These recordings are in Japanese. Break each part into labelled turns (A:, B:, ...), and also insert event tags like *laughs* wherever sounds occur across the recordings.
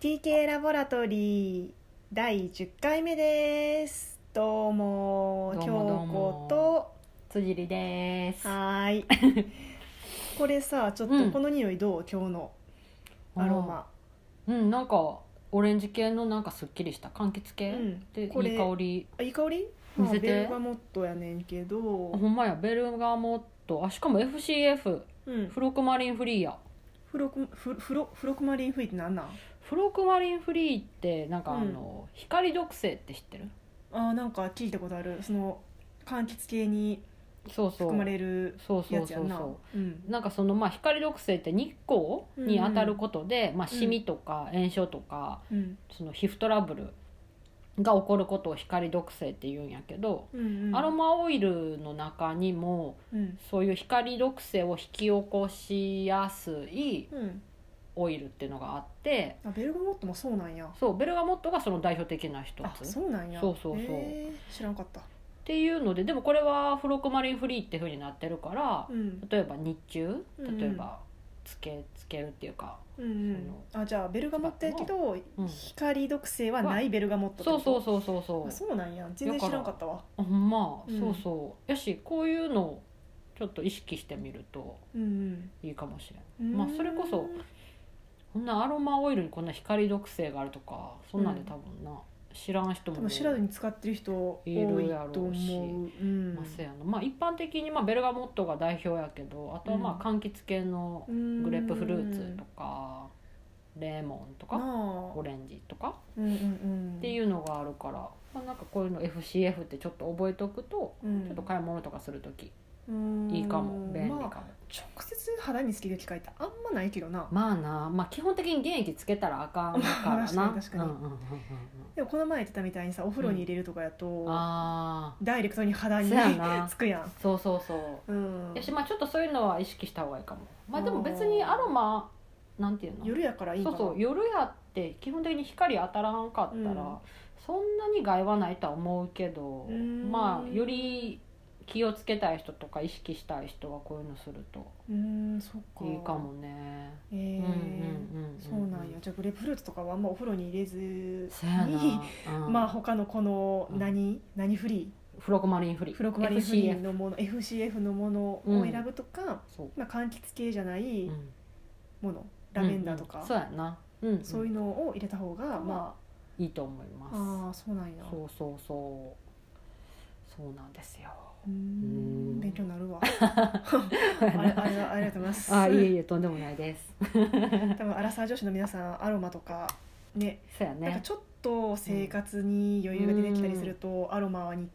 A: TK ラボラトリー第10回目ですどうも
B: どう
A: 京
B: もどうも
A: 子と
B: つじりです
A: は
B: *laughs*
A: ーいこれさちょっ
B: う
A: と
B: ん
A: この匂いどう今日のアロマ
B: うんなんかオレンジ系のなんかすっきりした柑橘
A: う
B: 系、
A: ん
B: でいい
A: これ
B: 香り
A: あいい香り
B: 見せて
A: まあベルガモットやねんけ
B: あ
A: ど
B: ほんまやベルガモットあしかも FCF
A: うん
B: フロクマリンフリーや
A: フロクフフロフロクマリンフイってなんなん
B: フロクマリンフリーってなんか
A: うん
B: あの、光毒性って知ってる
A: あーなんか聞いたことあるその柑橘系に
B: そうそう
A: 含まれる
B: そうそ
A: や
B: う
A: つや
B: そ
A: ん
B: う
A: な
B: そううんなんかそのまあ光毒性って日光に当たることで、まあ、シミとか炎症とか、
A: うん
B: その皮膚トラブルが起こることを光毒性って言うんやけど、
A: うんうん
B: アロマオイルの中にも
A: うん
B: そういう光毒性を引き起こしやすい
A: うん
B: オイルっていうのがあって
A: あベルガモットもそうなんや
B: そうベルガモットがその代表的な一
A: あ
B: つっ
A: そうなんや
B: そうそうそう
A: へー知らんかった
B: ていうのででもこれはフロクマリンフリーっていうふうになってるから
A: うん
B: 例えば日中
A: うん
B: 例えばつけつけるっていうか
A: うんうんあじゃあベルガモットやけど
B: うん
A: 光毒性はないベルガモットってこ
B: そ
A: と
B: うそうそうそうそ
A: あ
B: う
A: そうなんや全然知らんかったわ
B: あほんま
A: うん
B: そうそうやしこういうのをちょっと意識してみると
A: うん
B: いいかもしれん
A: うん
B: まあそれこそこんなアロマオイルにこんな光毒性があるとかそんなんで多分な、知らん人も
A: 多分知らずに使ってる人多い
B: いるや
A: と
B: ろうし
A: 思ううん
B: まあせやなまあ一般的にまあベルガモットが代表やけどあとはまあ柑橘系の
A: うん
B: グレープフルーツとか、レモンと
A: な
B: か
A: あ
B: オレンジとか
A: うんうんうん
B: っていううのがあるから、まあ、なんかこういうの FCF ってちょっと覚えておくと、
A: うん
B: ちょっと買い物とかする時
A: うん
B: いいかも便利かも
A: ま、あ直接肌につける機会ってあんまないけどな
B: まあなまあ基本的に原液つけたらあかんからな
A: 確かに確かに
B: うんうんうんうん
A: でもこの前言ってたみたいにさお風呂に入れるとかやと
B: うん、あ
A: ダイレクトに肌
B: あ
A: に
B: せやな
A: つくやん
B: そうそうそう
A: うん
B: やしまあちょっとそういうのは意識した方がいいかもまあでも別にアロマなんていうの
A: 夜やからいいか
B: そう
A: な
B: そう夜やって基本的に光当たらんかったら、
A: うん
B: そんなに害はないとは思うけど
A: うーん
B: まあより気をつけたい人とか意識したい人はこういうのすると
A: うーんそっか
B: いいかもね、
A: えー
B: うんうんうんうん
A: そうなんやじゃあグレープフルーツとかはあんまお風呂に入れずに
B: そやな、うん
A: まあ他のこの
B: うん
A: 何、何フリ
B: フロコマリンフリ
A: ー
B: ー
A: フロクマリンフリー
B: FCF
A: のもの FCF のものを選ぶとか、
B: そう、
A: まあ、柑橘系じゃな
B: う
A: い
B: ん
A: もの、ラベンダーと
B: うん
A: か
B: うん、そうやな、うんうん
A: そういうのを入れた方が、ま
B: いいと思い
A: あ
B: ます
A: ああそうなんや
B: そうそうそうそうなんですよ
A: うー
B: うんん
A: 勉強になるわ
B: *laughs*
A: あれあれはありがとうございます
B: あいえいえとんでもな
A: *laughs*
B: いです
A: 多分アラサー女子の皆さんアロマとかね
B: そうや
A: なんか
B: ね
A: ちょっと生活に余裕が出てきたりすると、アロマに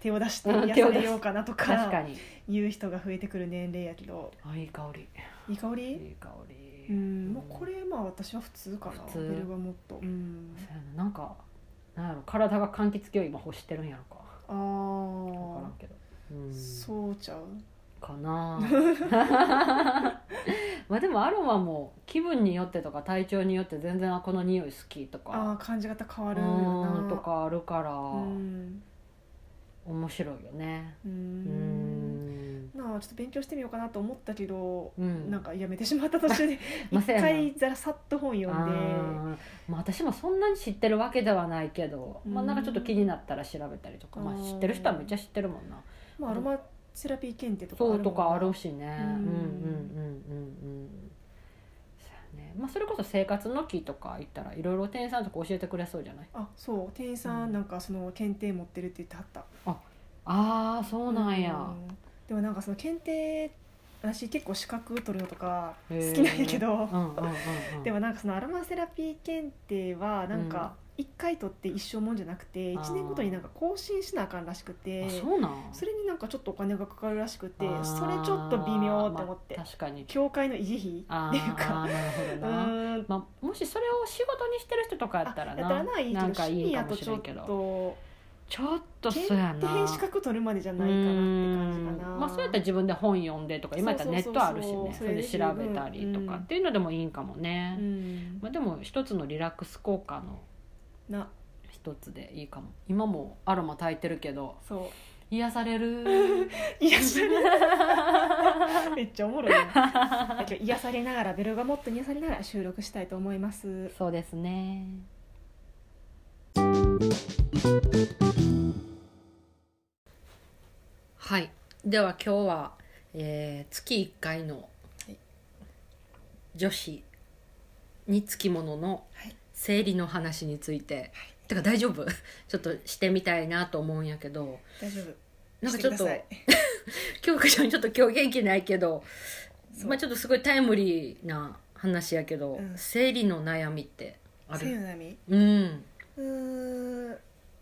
A: 手を出して
B: うん
A: 癒されようかなと
B: 確か
A: か
B: に
A: いう人が増えてくる年齢やけど
B: あいい香り
A: いい香
B: い
A: り
B: い香り
A: うんもうこれまあ私は普通かな
B: 普
A: ベ
B: 通
A: ルガモットうん
B: そうやななんかなんやろ体が柑橘系を今欲してるんやろか
A: あ
B: 分か
A: ー
B: らんけどうん
A: そうちゃう
B: かな *laughs* まあでもアロマも気分によってとか体調によって全然あこの匂い好きと
A: あ
B: か
A: あ感じ方変
B: あ
A: わるよな
B: とかあるから
A: うん
B: 面白いよね
A: う
B: うんん
A: なあちょっと勉強してみようかなと思ったけど
B: うん
A: なんかやめてしまった途中で
B: *laughs* まあ
A: 一
B: そうやな
A: 回ざらさっと本読んで
B: あーまあ、私もそんなに知ってるわけではないけど、まあ、
A: うん
B: なんかちょっと気になったら調べたりとか、まあ、
A: うん
B: 知ってる人はめっちゃ知ってるもんな
A: まあ、アロマセラピー検定とか
B: そうとかあ
A: も
B: る
A: んな
B: しねうん
A: うん
B: うんうんうんうんそうやねまあ、それこそ生活の木とか行ったらいろいろ店員さんとか教えてくれそうじゃない
A: あそう店員さ
B: うん
A: んなんかその検定持ってるって言ってはった、
B: ああそうなんや、
A: うんでもなんかその検定私結構資格取るのとか好
B: へー
A: きなんやけど
B: うん、うんうんうん、
A: で
B: も
A: もなんかそのアロマセラピー検定はなんか1回取って一生もんじゃなくて
B: あー
A: 1年ごとになんか更新しなあかんらしくて
B: あそうなん
A: それになんかちょっとお金がかかるらしくて
B: あー
A: それちょっと微妙って思って、
B: まあ確かに
A: 教会の維持
B: あ
A: 費っていうか
B: あーなる
A: *laughs*
B: ほ
A: う
B: どな、
A: ーん
B: まあ、もしそれを仕事にしてる人とかやったらな
A: あやったらないいけど
B: んかいいかもし
A: 深
B: れ
A: 夜
B: ん
A: と
B: け
A: ちょっと
B: どちょっと
A: 検
B: そうやな
A: 定資格取るまでじゃないかなって感じかな
B: うーんまあ、そうやったら自分で本読んでとか今やったらネットあるしね
A: そ
B: そう
A: そうそう
B: れで調べたりと
A: うん
B: かっていうのでもいいんかも
A: う
B: ね、
A: ん
B: まあ、でも一つのリラックス効果の
A: な
B: 一つでいいかも今もアロマ炊いてるけど
A: そう
B: 癒される
A: 癒され
B: *laughs*
A: めっちゃおもろいな今日癒されながらベルガモットに癒されながら収録したいと思います
B: そうですねはいでは今日は、えー月1回の
A: はい
B: 女子につきものの
A: はい
B: 生理の話について、てか大丈夫 *laughs* ちょっとしてみたいなと思うんやけど
A: 大丈夫
B: なんかちょっ
A: してくだ
B: と
A: さい
B: 教科書にちょっと今日元気ないけど
A: そう
B: まあちょっとすごいタイムリーな話やけど、
A: うん
B: 生理の悩みってあ
A: せ
B: る
A: よなみ
B: うん
A: うーん、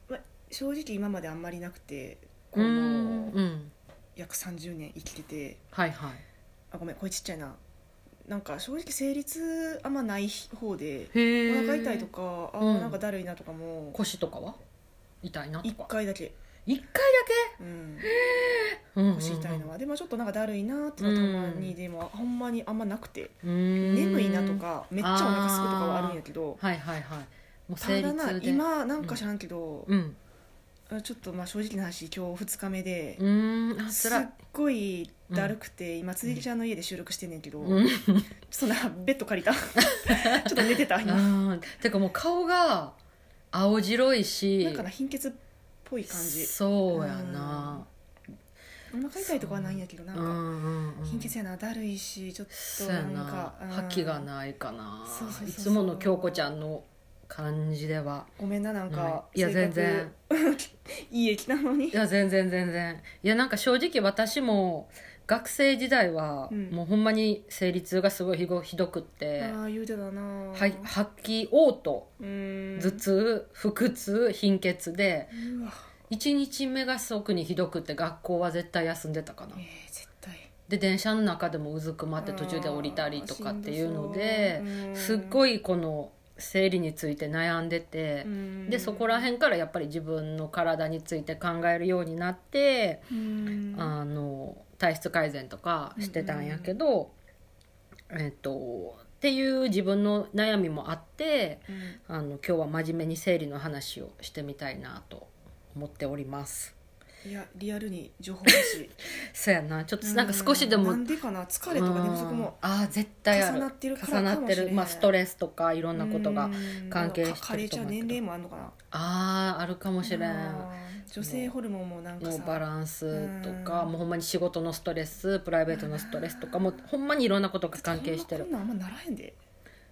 A: ま、正直今まであんまりなくてこ
B: う
A: の
B: んうん
A: 約30年生きてて
B: はいはい
A: あごめん声ちっちゃいななんか正直生理痛あんまない方でお
B: へえ
A: 腹痛いとかあ
B: うん
A: ーなんかだるいなとかも
B: 腰とかは痛いなと
A: 一
B: か
A: 回だけ、
B: 一回だ
A: うん、
B: け、うんうんうん
A: 腰痛いのはでもちょっとなんかだるいなってのはたまに
B: うん
A: でもほんまにあんまなくて
B: うーん
A: 眠いなとかめっちゃお腹すくとかはあるんやけど
B: はいはいはいもう
A: た
B: 生理
A: だな
B: 痛で
A: 今なんか知らんけど、
B: うん
A: あちょっとまあ正直な話今日2日目で、
B: うーんあ
A: す
B: つ
A: っ
B: らい
A: ごいだるくて、今辻木ちゃんの家で収録してんねんけど、
B: うん
A: そんなベッド
B: *laughs*
A: 借りたちょっと寝てた今
B: うんてかもう顔が青白いし
A: なんかな貧血っぽい感じ
B: そうやな
A: お腹痛いとかはないんやけどなん
B: う
A: か
B: んうんうん
A: 貧血やなだるいしちょっと
B: そう
A: な
B: や
A: ん
B: な
A: かうん
B: 覇気がないかな
A: そうそうそう
B: い
A: そう
B: つもの京子ちゃんの感じでは
A: ごめんななんか
B: うんいや
A: 性
B: 全
A: 格
B: 然
A: いい駅なのに
B: いや全然全然いやなんか正直私も学生時代は
A: うん
B: もうほんまに生理痛がすごいひごひどくっ
A: あ
B: て、
A: あ言うてたな
B: はい発揮嘔吐
A: うーん
B: 頭痛腹痛貧血で
A: うわ
B: 1日目がすごくにひどくって学校は絶対休んでたかな
A: えー絶対
B: で電車の中でもうずくまって途中で降りたりとかっていうので
A: あーしんどそううん
B: すっごいこの生理について悩んでて
A: うん
B: でそこら辺からやっぱり自分の体について考えるようになって
A: うん
B: あの体質改善とかしてたんやけどえっとっていう自分の悩みもあって
A: うん
B: あの今日は真面目に生理の話をしてみたいなと思っております。
A: いやリアルに情報欲しい
B: そうやなちょっと *laughs* なんか少しで
A: う
B: も
A: んなんでかな疲れとか寝不足も
B: うんあー絶対ある
A: 重なってるから
B: 重なって
A: かもしれ
B: る
A: ん
B: まあストレスとかいろ
A: そ
B: んなことが関係してると思うけど
A: ちゃう年齢もあるのかな
B: あーあるかもしれん
A: あー女性ホルモンもなんか
B: の
A: さ
B: バランスとか
A: うん
B: もうほんまに仕事のストレスプライベートのストレスとかもうほんまにいろんなことが関係して
A: こ
B: る
A: んなんあんまならへんで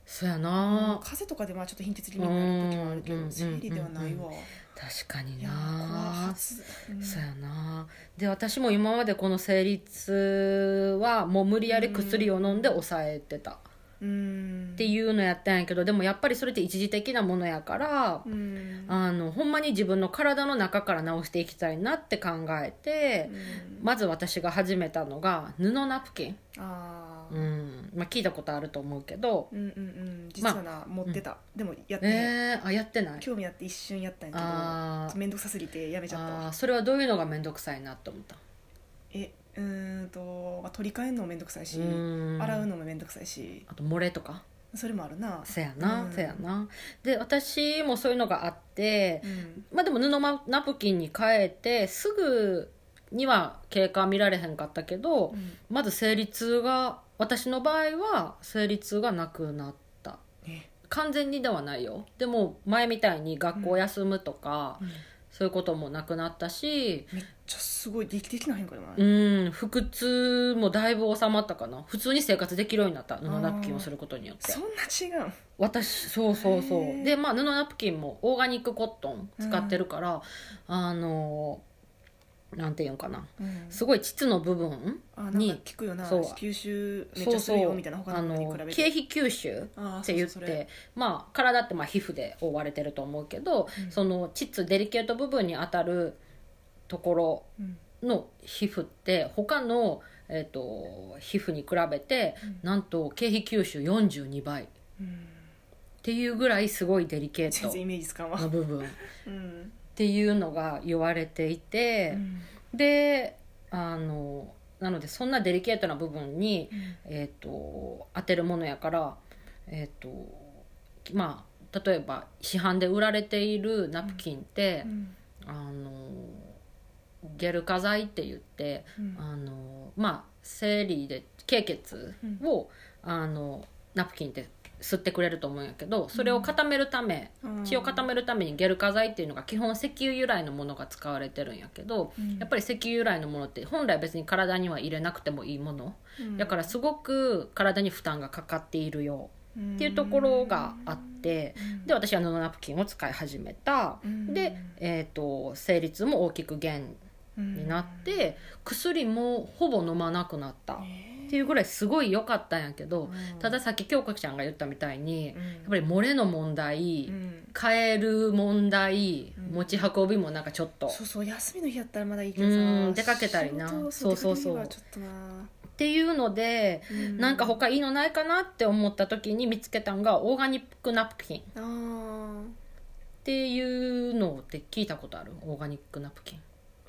B: そうや
A: うん
B: な
A: 風邪とかでまあちょっと貧血気味になる時はあるけ
B: うんうんうん
A: ど
B: うん
A: 生理ではないわ
B: 確かに
A: いやーこれは
B: な
A: 初うん
B: そうやなで私も今までこの生理痛はもう無理やり薬を飲んで抑えてた
A: うん
B: っていうのやったんやけどでもやっぱりそれって一時的なものやから
A: うん
B: あのほんまに自分の体の中から治していきたいなって考えて、
A: うん
B: まず私が始めたのが布ナプキン、
A: あ
B: う
A: ー
B: んまあ、聞いたことあると思うけど、
A: うんうんうん実はな持ってたでもやってない
B: えー、あやってない
A: 興味あって一瞬やったんやけど
B: あー
A: 面倒くさすぎてやめちゃった
B: あ
A: わ
B: ーそれはどういうのが面倒くさいなって思った
A: えうーんとまあ取り替えるのも面倒くさいし
B: うん
A: 洗うのも面倒くさいし
B: あと漏れとか
A: それもあるな
B: せやな、
A: うん
B: せやなで私もそういうのがあって
A: うん
B: まあでも布まナプキンに変えてすぐには経過は見られへんかったけど、
A: うん
B: まず生理痛が私の場合は生理痛がなくなった
A: ね
B: 完全にではないよでも前みたいに学校休むとか、
A: うん
B: そういうこともなくなったし
A: めっちゃすごい劇的な変化じゃない
B: うん腹痛もだいぶ収まったかな普通に生活できるようになった布ナプキンをすることによって
A: そんな違うん
B: 私そうそう
A: へ
B: そう
A: ー
B: でまあ布ナプキンもオーガニックコットン使ってるから、あのなんていうんかな
A: うん
B: すごい膣の部分
A: あなんか
B: に
A: 聞くよな
B: そう
A: 吸収めっち
B: そ
A: ゃ
B: う
A: する
B: そ
A: よ
B: う
A: みたいな他
B: あ
A: のものに
B: の
A: 比べ
B: 経
A: て
B: 費吸収
A: あー
B: って言っ
A: そうそうそれ
B: てまあ体ってまあ皮膚で覆われてると思うけど、
A: うん
B: その膣デリケート部分に当たるところ
A: うん
B: の皮膚って他の、えっと皮膚に比べて
A: うん
B: なんと経費吸収42倍っ
A: うん
B: ていうぐらいすごいデリケ
A: 全然
B: ー
A: イメージつかん
B: ト
A: わ
B: な部分っ
A: うん
B: ていうのが言われていて、であのなのでそんなデリケートな部分に
A: うん
B: えー、と当てるものやから、えー、とまあ例えば市販で売られているナプキンって
A: う、ん
B: あのゲル化剤って言って
A: うん
B: あのまあ生理で経血を、あのナプキンって吸ってくれると思うんやけどそれを固めるため、血を固めるためにゲル化剤っていうのが基本石油由来のものが使われてるんやけど
A: うん
B: やっぱり石油由来のものって本来別に体には入れなくてもいいものだからすごく体に負担がかかっているよ
A: うん
B: っていうところがあって
A: うん
B: で私は布ナプキンを使い始めた
A: うん
B: で、えー、と生理痛も大きく減
A: うん
B: になって薬もほぼ飲まなくなったっ
A: ね
B: ていうぐらいすごい良かったんやけど
A: うん
B: たださっき京子ちゃんが言ったみたいにや
A: うん
B: っぱり漏れの問題
A: うん
B: 変える問題
A: うん
B: 持ち運びもなんかちょっと
A: そうそう休みの日やったらまだいいけど
B: う
A: さ
B: ん出かけたりな
A: 仕事
B: そうそうそ
A: 出かける
B: う
A: 日はちょっとな
B: っていうのでなんか他いいのないかなって思った時に見つけたんがオーガニックナプキンっ
A: あー
B: ていうのって聞いたことあるオーガニックナプキン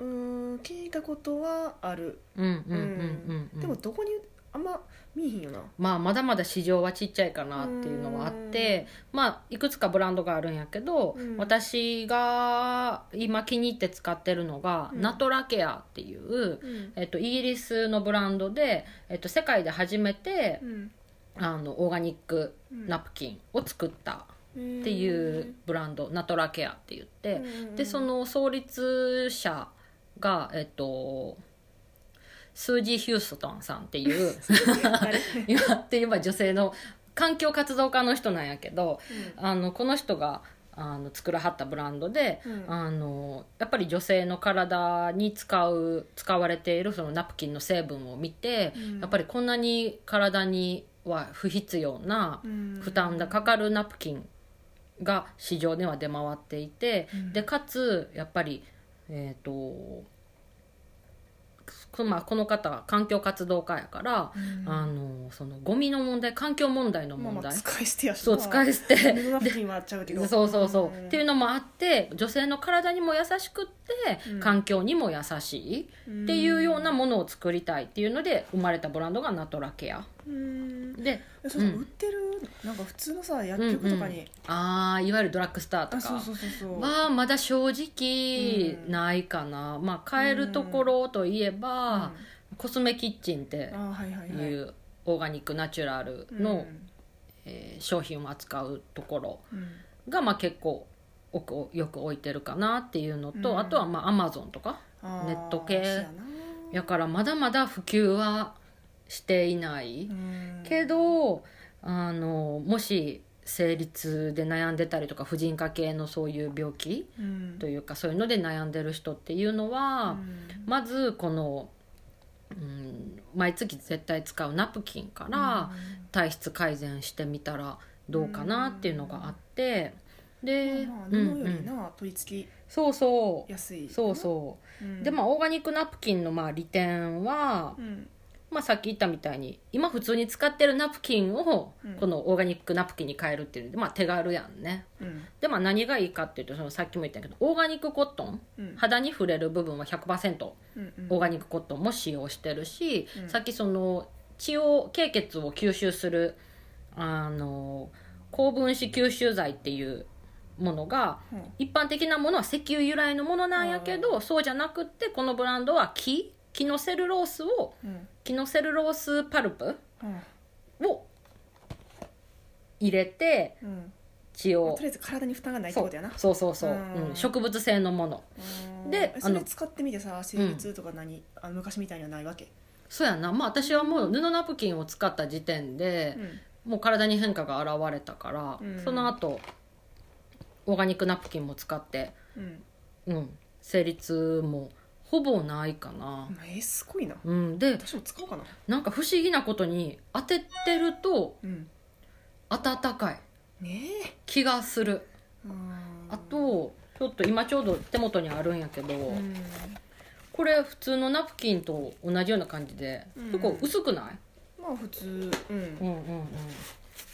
A: うーん聞いたことはある
B: うんうんうんうん
A: でもどこにあんま見えへんよな
B: まあまだまだ市場はちっちゃいかなっていうのはあってまあいくつかブランドがあるんやけど、
A: うん
B: 私が今気に入って使ってるのが、
A: うん
B: ナトラケアっていう、
A: うん
B: えっと、イギリスのブランドで、えっと、世界で初めて
A: う、ん
B: あのオーガニック
A: うん
B: ナプキンを作った
A: っ
B: っていうブランド、ナトラケアって言って、でその創立者がえっとスージー・ヒューストンさんっていう今って言えば女性の環境活動家の人なんやけどあのこの人があの作らはったブランドで、
A: うん
B: あのやっぱり女性の体に使う使われているそのナプキンの成分を見て、やっぱ
A: り
B: りこんなに体には不必要な負担がかかるナプキンが市場では出回っていて、
A: うん
B: でかつやっぱりえっ、とこ,、まあ、この方環境活動家やから、あのそのゴミの問題環境問題の問題、
A: 使い捨てやしな
B: そう使い捨て
A: 布ナプキンはあっちゃうけど
B: そうそうそう、っていう
A: う
B: のもあって女性の体にも優しくっ
A: う
B: て、
A: ん
B: 環境にも優しい
A: っ
B: っていうようなものを作りたいっていうので生まれたブランドがナトラケアで
A: そう売ってるなんか普通のさ薬局とかに
B: ああいわゆるドラッグスターとか
A: あそうそうそうそう
B: はまだ正直
A: うん
B: ないかな、まあ買えるところといえば、
A: う
B: コスメキッチンって
A: んあはいはい
B: い
A: はいう
B: オーガニックナチュラルの、えー商品を扱うところ
A: うん
B: が、まあ、結構おくよく置いてるかなっていうのと、
A: うん
B: あとはまあアマゾンとか
A: あー
B: ネット系
A: そうやな
B: やからまだまだ普及はしていない、
A: うん
B: けどあのもし生理痛で悩んでたりとか婦人科系のそういう病気
A: うん
B: というかそういうので悩んでる人っていうのは、まずこの、うん、毎月絶対使うナプキンから体質改善してみたらどうかなっていうのがあって、
A: うん
B: で、
A: まあ
B: う
A: 布
B: ん
A: よ
B: う
A: り
B: ん、
A: な取り付き
B: そうそう
A: やすい
B: そうそうう、
A: ん
B: でまあオーガニックナプキンのまあ利点は、
A: うん
B: まあ、さっき言ったみたいに今普通に使ってるナプキンを
A: うん
B: このオーガニックナプキンに変えるっていうので、まあ、手軽やんね
A: うん
B: でまあ何がいいかっていうとそのさっきも言ったけどオーガニックコットン
A: うん
B: 肌に触れる部分は100%
A: うんうん
B: オーガニックコットンも使用してるし、
A: うん
B: さっきその血を経血を吸収するあの高分子吸収剤っていうものが
A: うん
B: 一般的なものは石油由来のものなんやけど、そうじゃなくってこのブランドは木木のセルロースを
A: うん
B: 木のセルロースパルプ
A: うん
B: を入れて
A: うん
B: 血
A: まあ
B: を
A: とりあえず体に負担がないって
B: そ
A: こ
B: う
A: とやな
B: そうそうそう、
A: うん
B: うん植物性のもの
A: うん
B: で
A: え
B: あ
A: そ
B: の
A: れ使ってみてさ生理痛とか何あの昔みたいにはないわけ
B: そうやなまあ私はもう布ナプキンを使った時点で
A: う、ん
B: もう体に変化が現れたから、
A: うん
B: その後オーガニックナプキンも使って
A: うん
B: うん生理痛もほぼないかな、
A: まあえすごいな
B: うん、で
A: 私も使おうかな
B: なんか不思議なことに当ててると
A: うん
B: 温かい
A: ねえ
B: 気がする
A: うん
B: あとちょっと今ちょうど手元にあるんやけど、
A: うん
B: これ普通のナプキンと同じような感じで、
A: うん
B: 結構薄くない、
A: まあ普通うん
B: うんうんうん、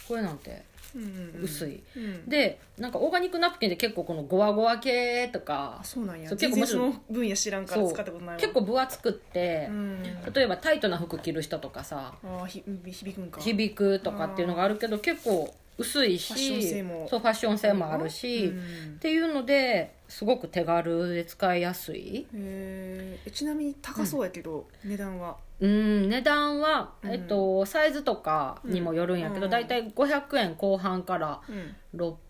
B: これなんて
A: うん
B: 薄い、
A: うん
B: でなんかオーガニックナプキンって結構このゴワゴワ系とか
A: あそうなんや
B: そう
A: 全
B: 結構
A: 然
B: む
A: そ
B: しろ
A: の分野知らんから使ったことないわ
B: 結構分厚くって
A: う、ん
B: 例えばタイトな服着る人とかさ
A: あーひ響くんか
B: 響くとかっていうのがあるけど結構薄い
A: ファッション
B: し
A: 性も
B: そうファッション性もあるし、
A: う
B: っ
A: ん
B: ていうのですごく手軽で使いやすい、
A: へーえちなみに高そうやけど、値段は
B: うん、値段は、
A: うん
B: えっと、サイズとかにもよるんやけ
A: う
B: ど、
A: ん
B: だいたい500円後半から
A: うん、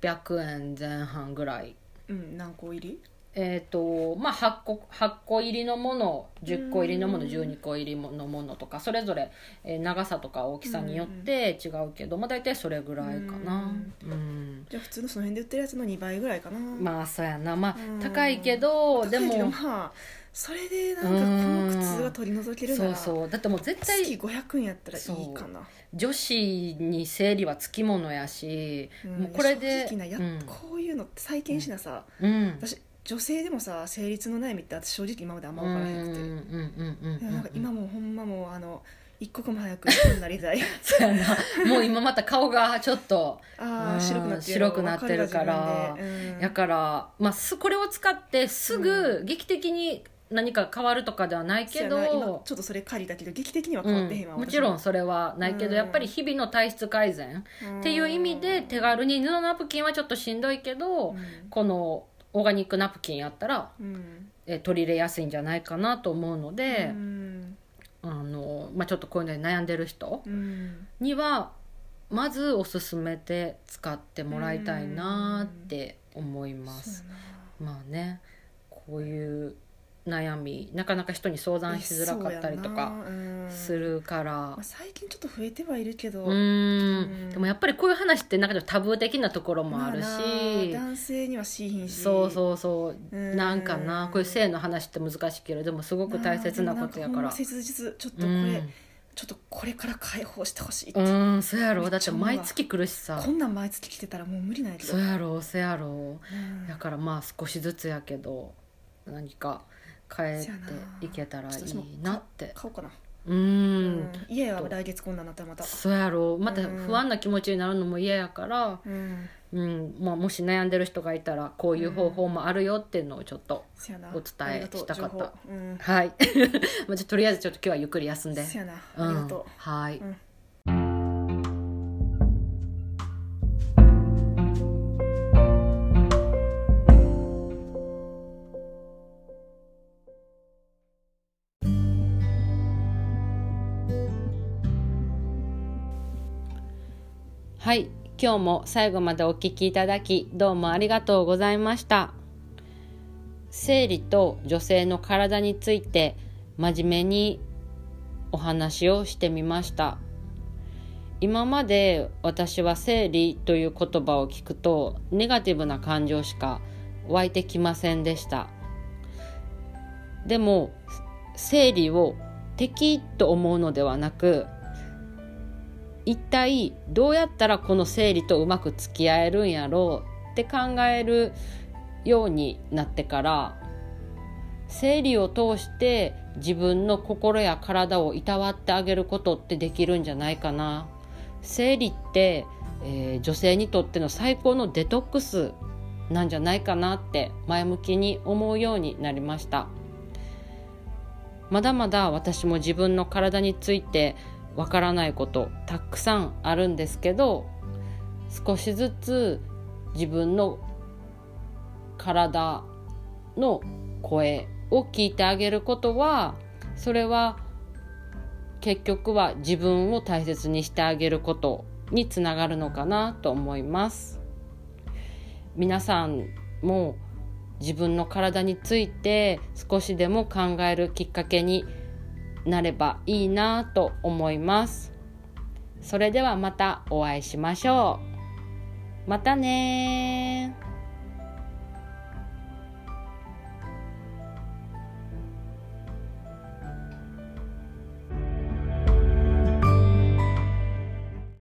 B: 600円前半ぐらい。
A: うん、何個入り
B: えっとまあ、8, 個8個入りのもの10個入りのもの
A: うん
B: 12個入りのものとかそれぞれ、えー長さとか大きさによって違うけど、まあ、大体それぐらいかな、うん
A: じゃあ普通のその辺で売ってるやつの2倍ぐらいかな
B: まあそうやな、まあ
A: うん、
B: 高いけど
A: 高い
B: で
A: けど
B: も
A: まあそれでなんかこの靴が取り除けるな
B: そう
A: ら
B: そうだってもう絶対
A: 月500円やったらいいかな
B: 女子に生理はつきものやし、
A: うん
B: もうこれで
A: 正直なや、
B: うん
A: こういうのって再建しなさ、
B: うん、
A: 私女性でもさ生理痛の悩みって私正直今まであんま分からへんくて、
B: うんうんうんうんうんうん
A: でもなんか今もうほんまもうあの一刻も早く痛になりた *laughs* い
B: そうやなもう今また顔がちょっと
A: あ
B: うん
A: あ白くなってる
B: 白くなってるから
A: 分かるわ自分で
B: やから、まあ、すこれを使ってすぐ劇的に何か変わるとかではないけ
A: うん、そうやな今
B: ど、
A: ちょっとそれ借りたけど劇的には
B: う
A: 変わ
B: ん
A: ってへんわ、
B: もちろんそれはないけど、
A: うん
B: やっぱり日々の体質改
A: っ
B: 善っていう意味で手軽に布ナプキンはちょっとしんどいけど、
A: うん
B: このオーガニックナプキンやったら、
A: うん
B: えー取り入れやすいんじゃないかなと思うの
A: う
B: で、
A: ん
B: あのまあ、ちょっとこういうのに悩んでる人
A: うん
B: にはまずおすすめで使ってもらいたいなって思います。
A: そうやな
B: まあねこういう悩みなかなか人に相談しづらかったりとか
A: そうやなうん
B: するから
A: まあ、最近ちょっと増えてはいるけど、
B: う
A: うんん
B: でもやっぱりこういう話ってなんかちょっとタブー的なところも
A: ま
B: あるし、
A: な男性にはしいひんし
B: そうそうそう
A: うん
B: なんかなこういう性の話って難しいけれどもすごく大切なこと
A: なあでも
B: やか
A: ん
B: ら
A: ほんま切実ちょっと
B: う
A: これ、
B: ん
A: ちょっとこれから解放してほしいって、
B: うんそうやろ
A: めっちゃ
B: だって毎月来るしさ
A: こんなん毎月来てたらもう無理なんやけど
B: そうやろそうやろ
A: うん
B: だからまあ少しずつやけど何か変え
A: そうや
B: て
A: ない
B: けたらいいなって
A: 買おうかな、
B: う
A: うん家は来月こんなんなったらまた、
B: そうやろまた
A: うん
B: 不安な気持ちになるのも嫌やから、
A: うん、
B: うんまあ、もし悩んでる人がいたらこういう方法もあるよっていうのをちょっと、
A: せやな
B: お伝え
A: ありがとう
B: したかった
A: 情報うん
B: はい *laughs* まあじゃあとりあえずちょっと今日はゆっくり休んで
A: せやな
B: う
A: ありが
B: ん
A: と
B: はい、
A: うん
B: はい今日も最後までお聞きいただきどうもありがとうございました生理と女性の体について真面目にお話をしてみました今まで私は生理という言葉を聞くとネガティブな感情しか湧いてきませんでしたでも生理を敵と思うのではなく一体どうやったらこの生理とうまく付き合えるんやろうって考えるようになってから生理を通して自分の心や体をいたわってあげることってできるんじゃないかな生理って、えー女性にとっての最高のデトックスなんじゃないかなって前向きに思うようになりましたまだまだ私も自分の体についてわからないことたくさんあるんですけど少しずつ自分の体の声を聞いてあげることはそれは結局は自分を大切にしてあげることにつながるのかなと思います皆さんも自分の体について少しでも考えるきっかけになればいいなと思いますそれではまたお会いしましょうまたねー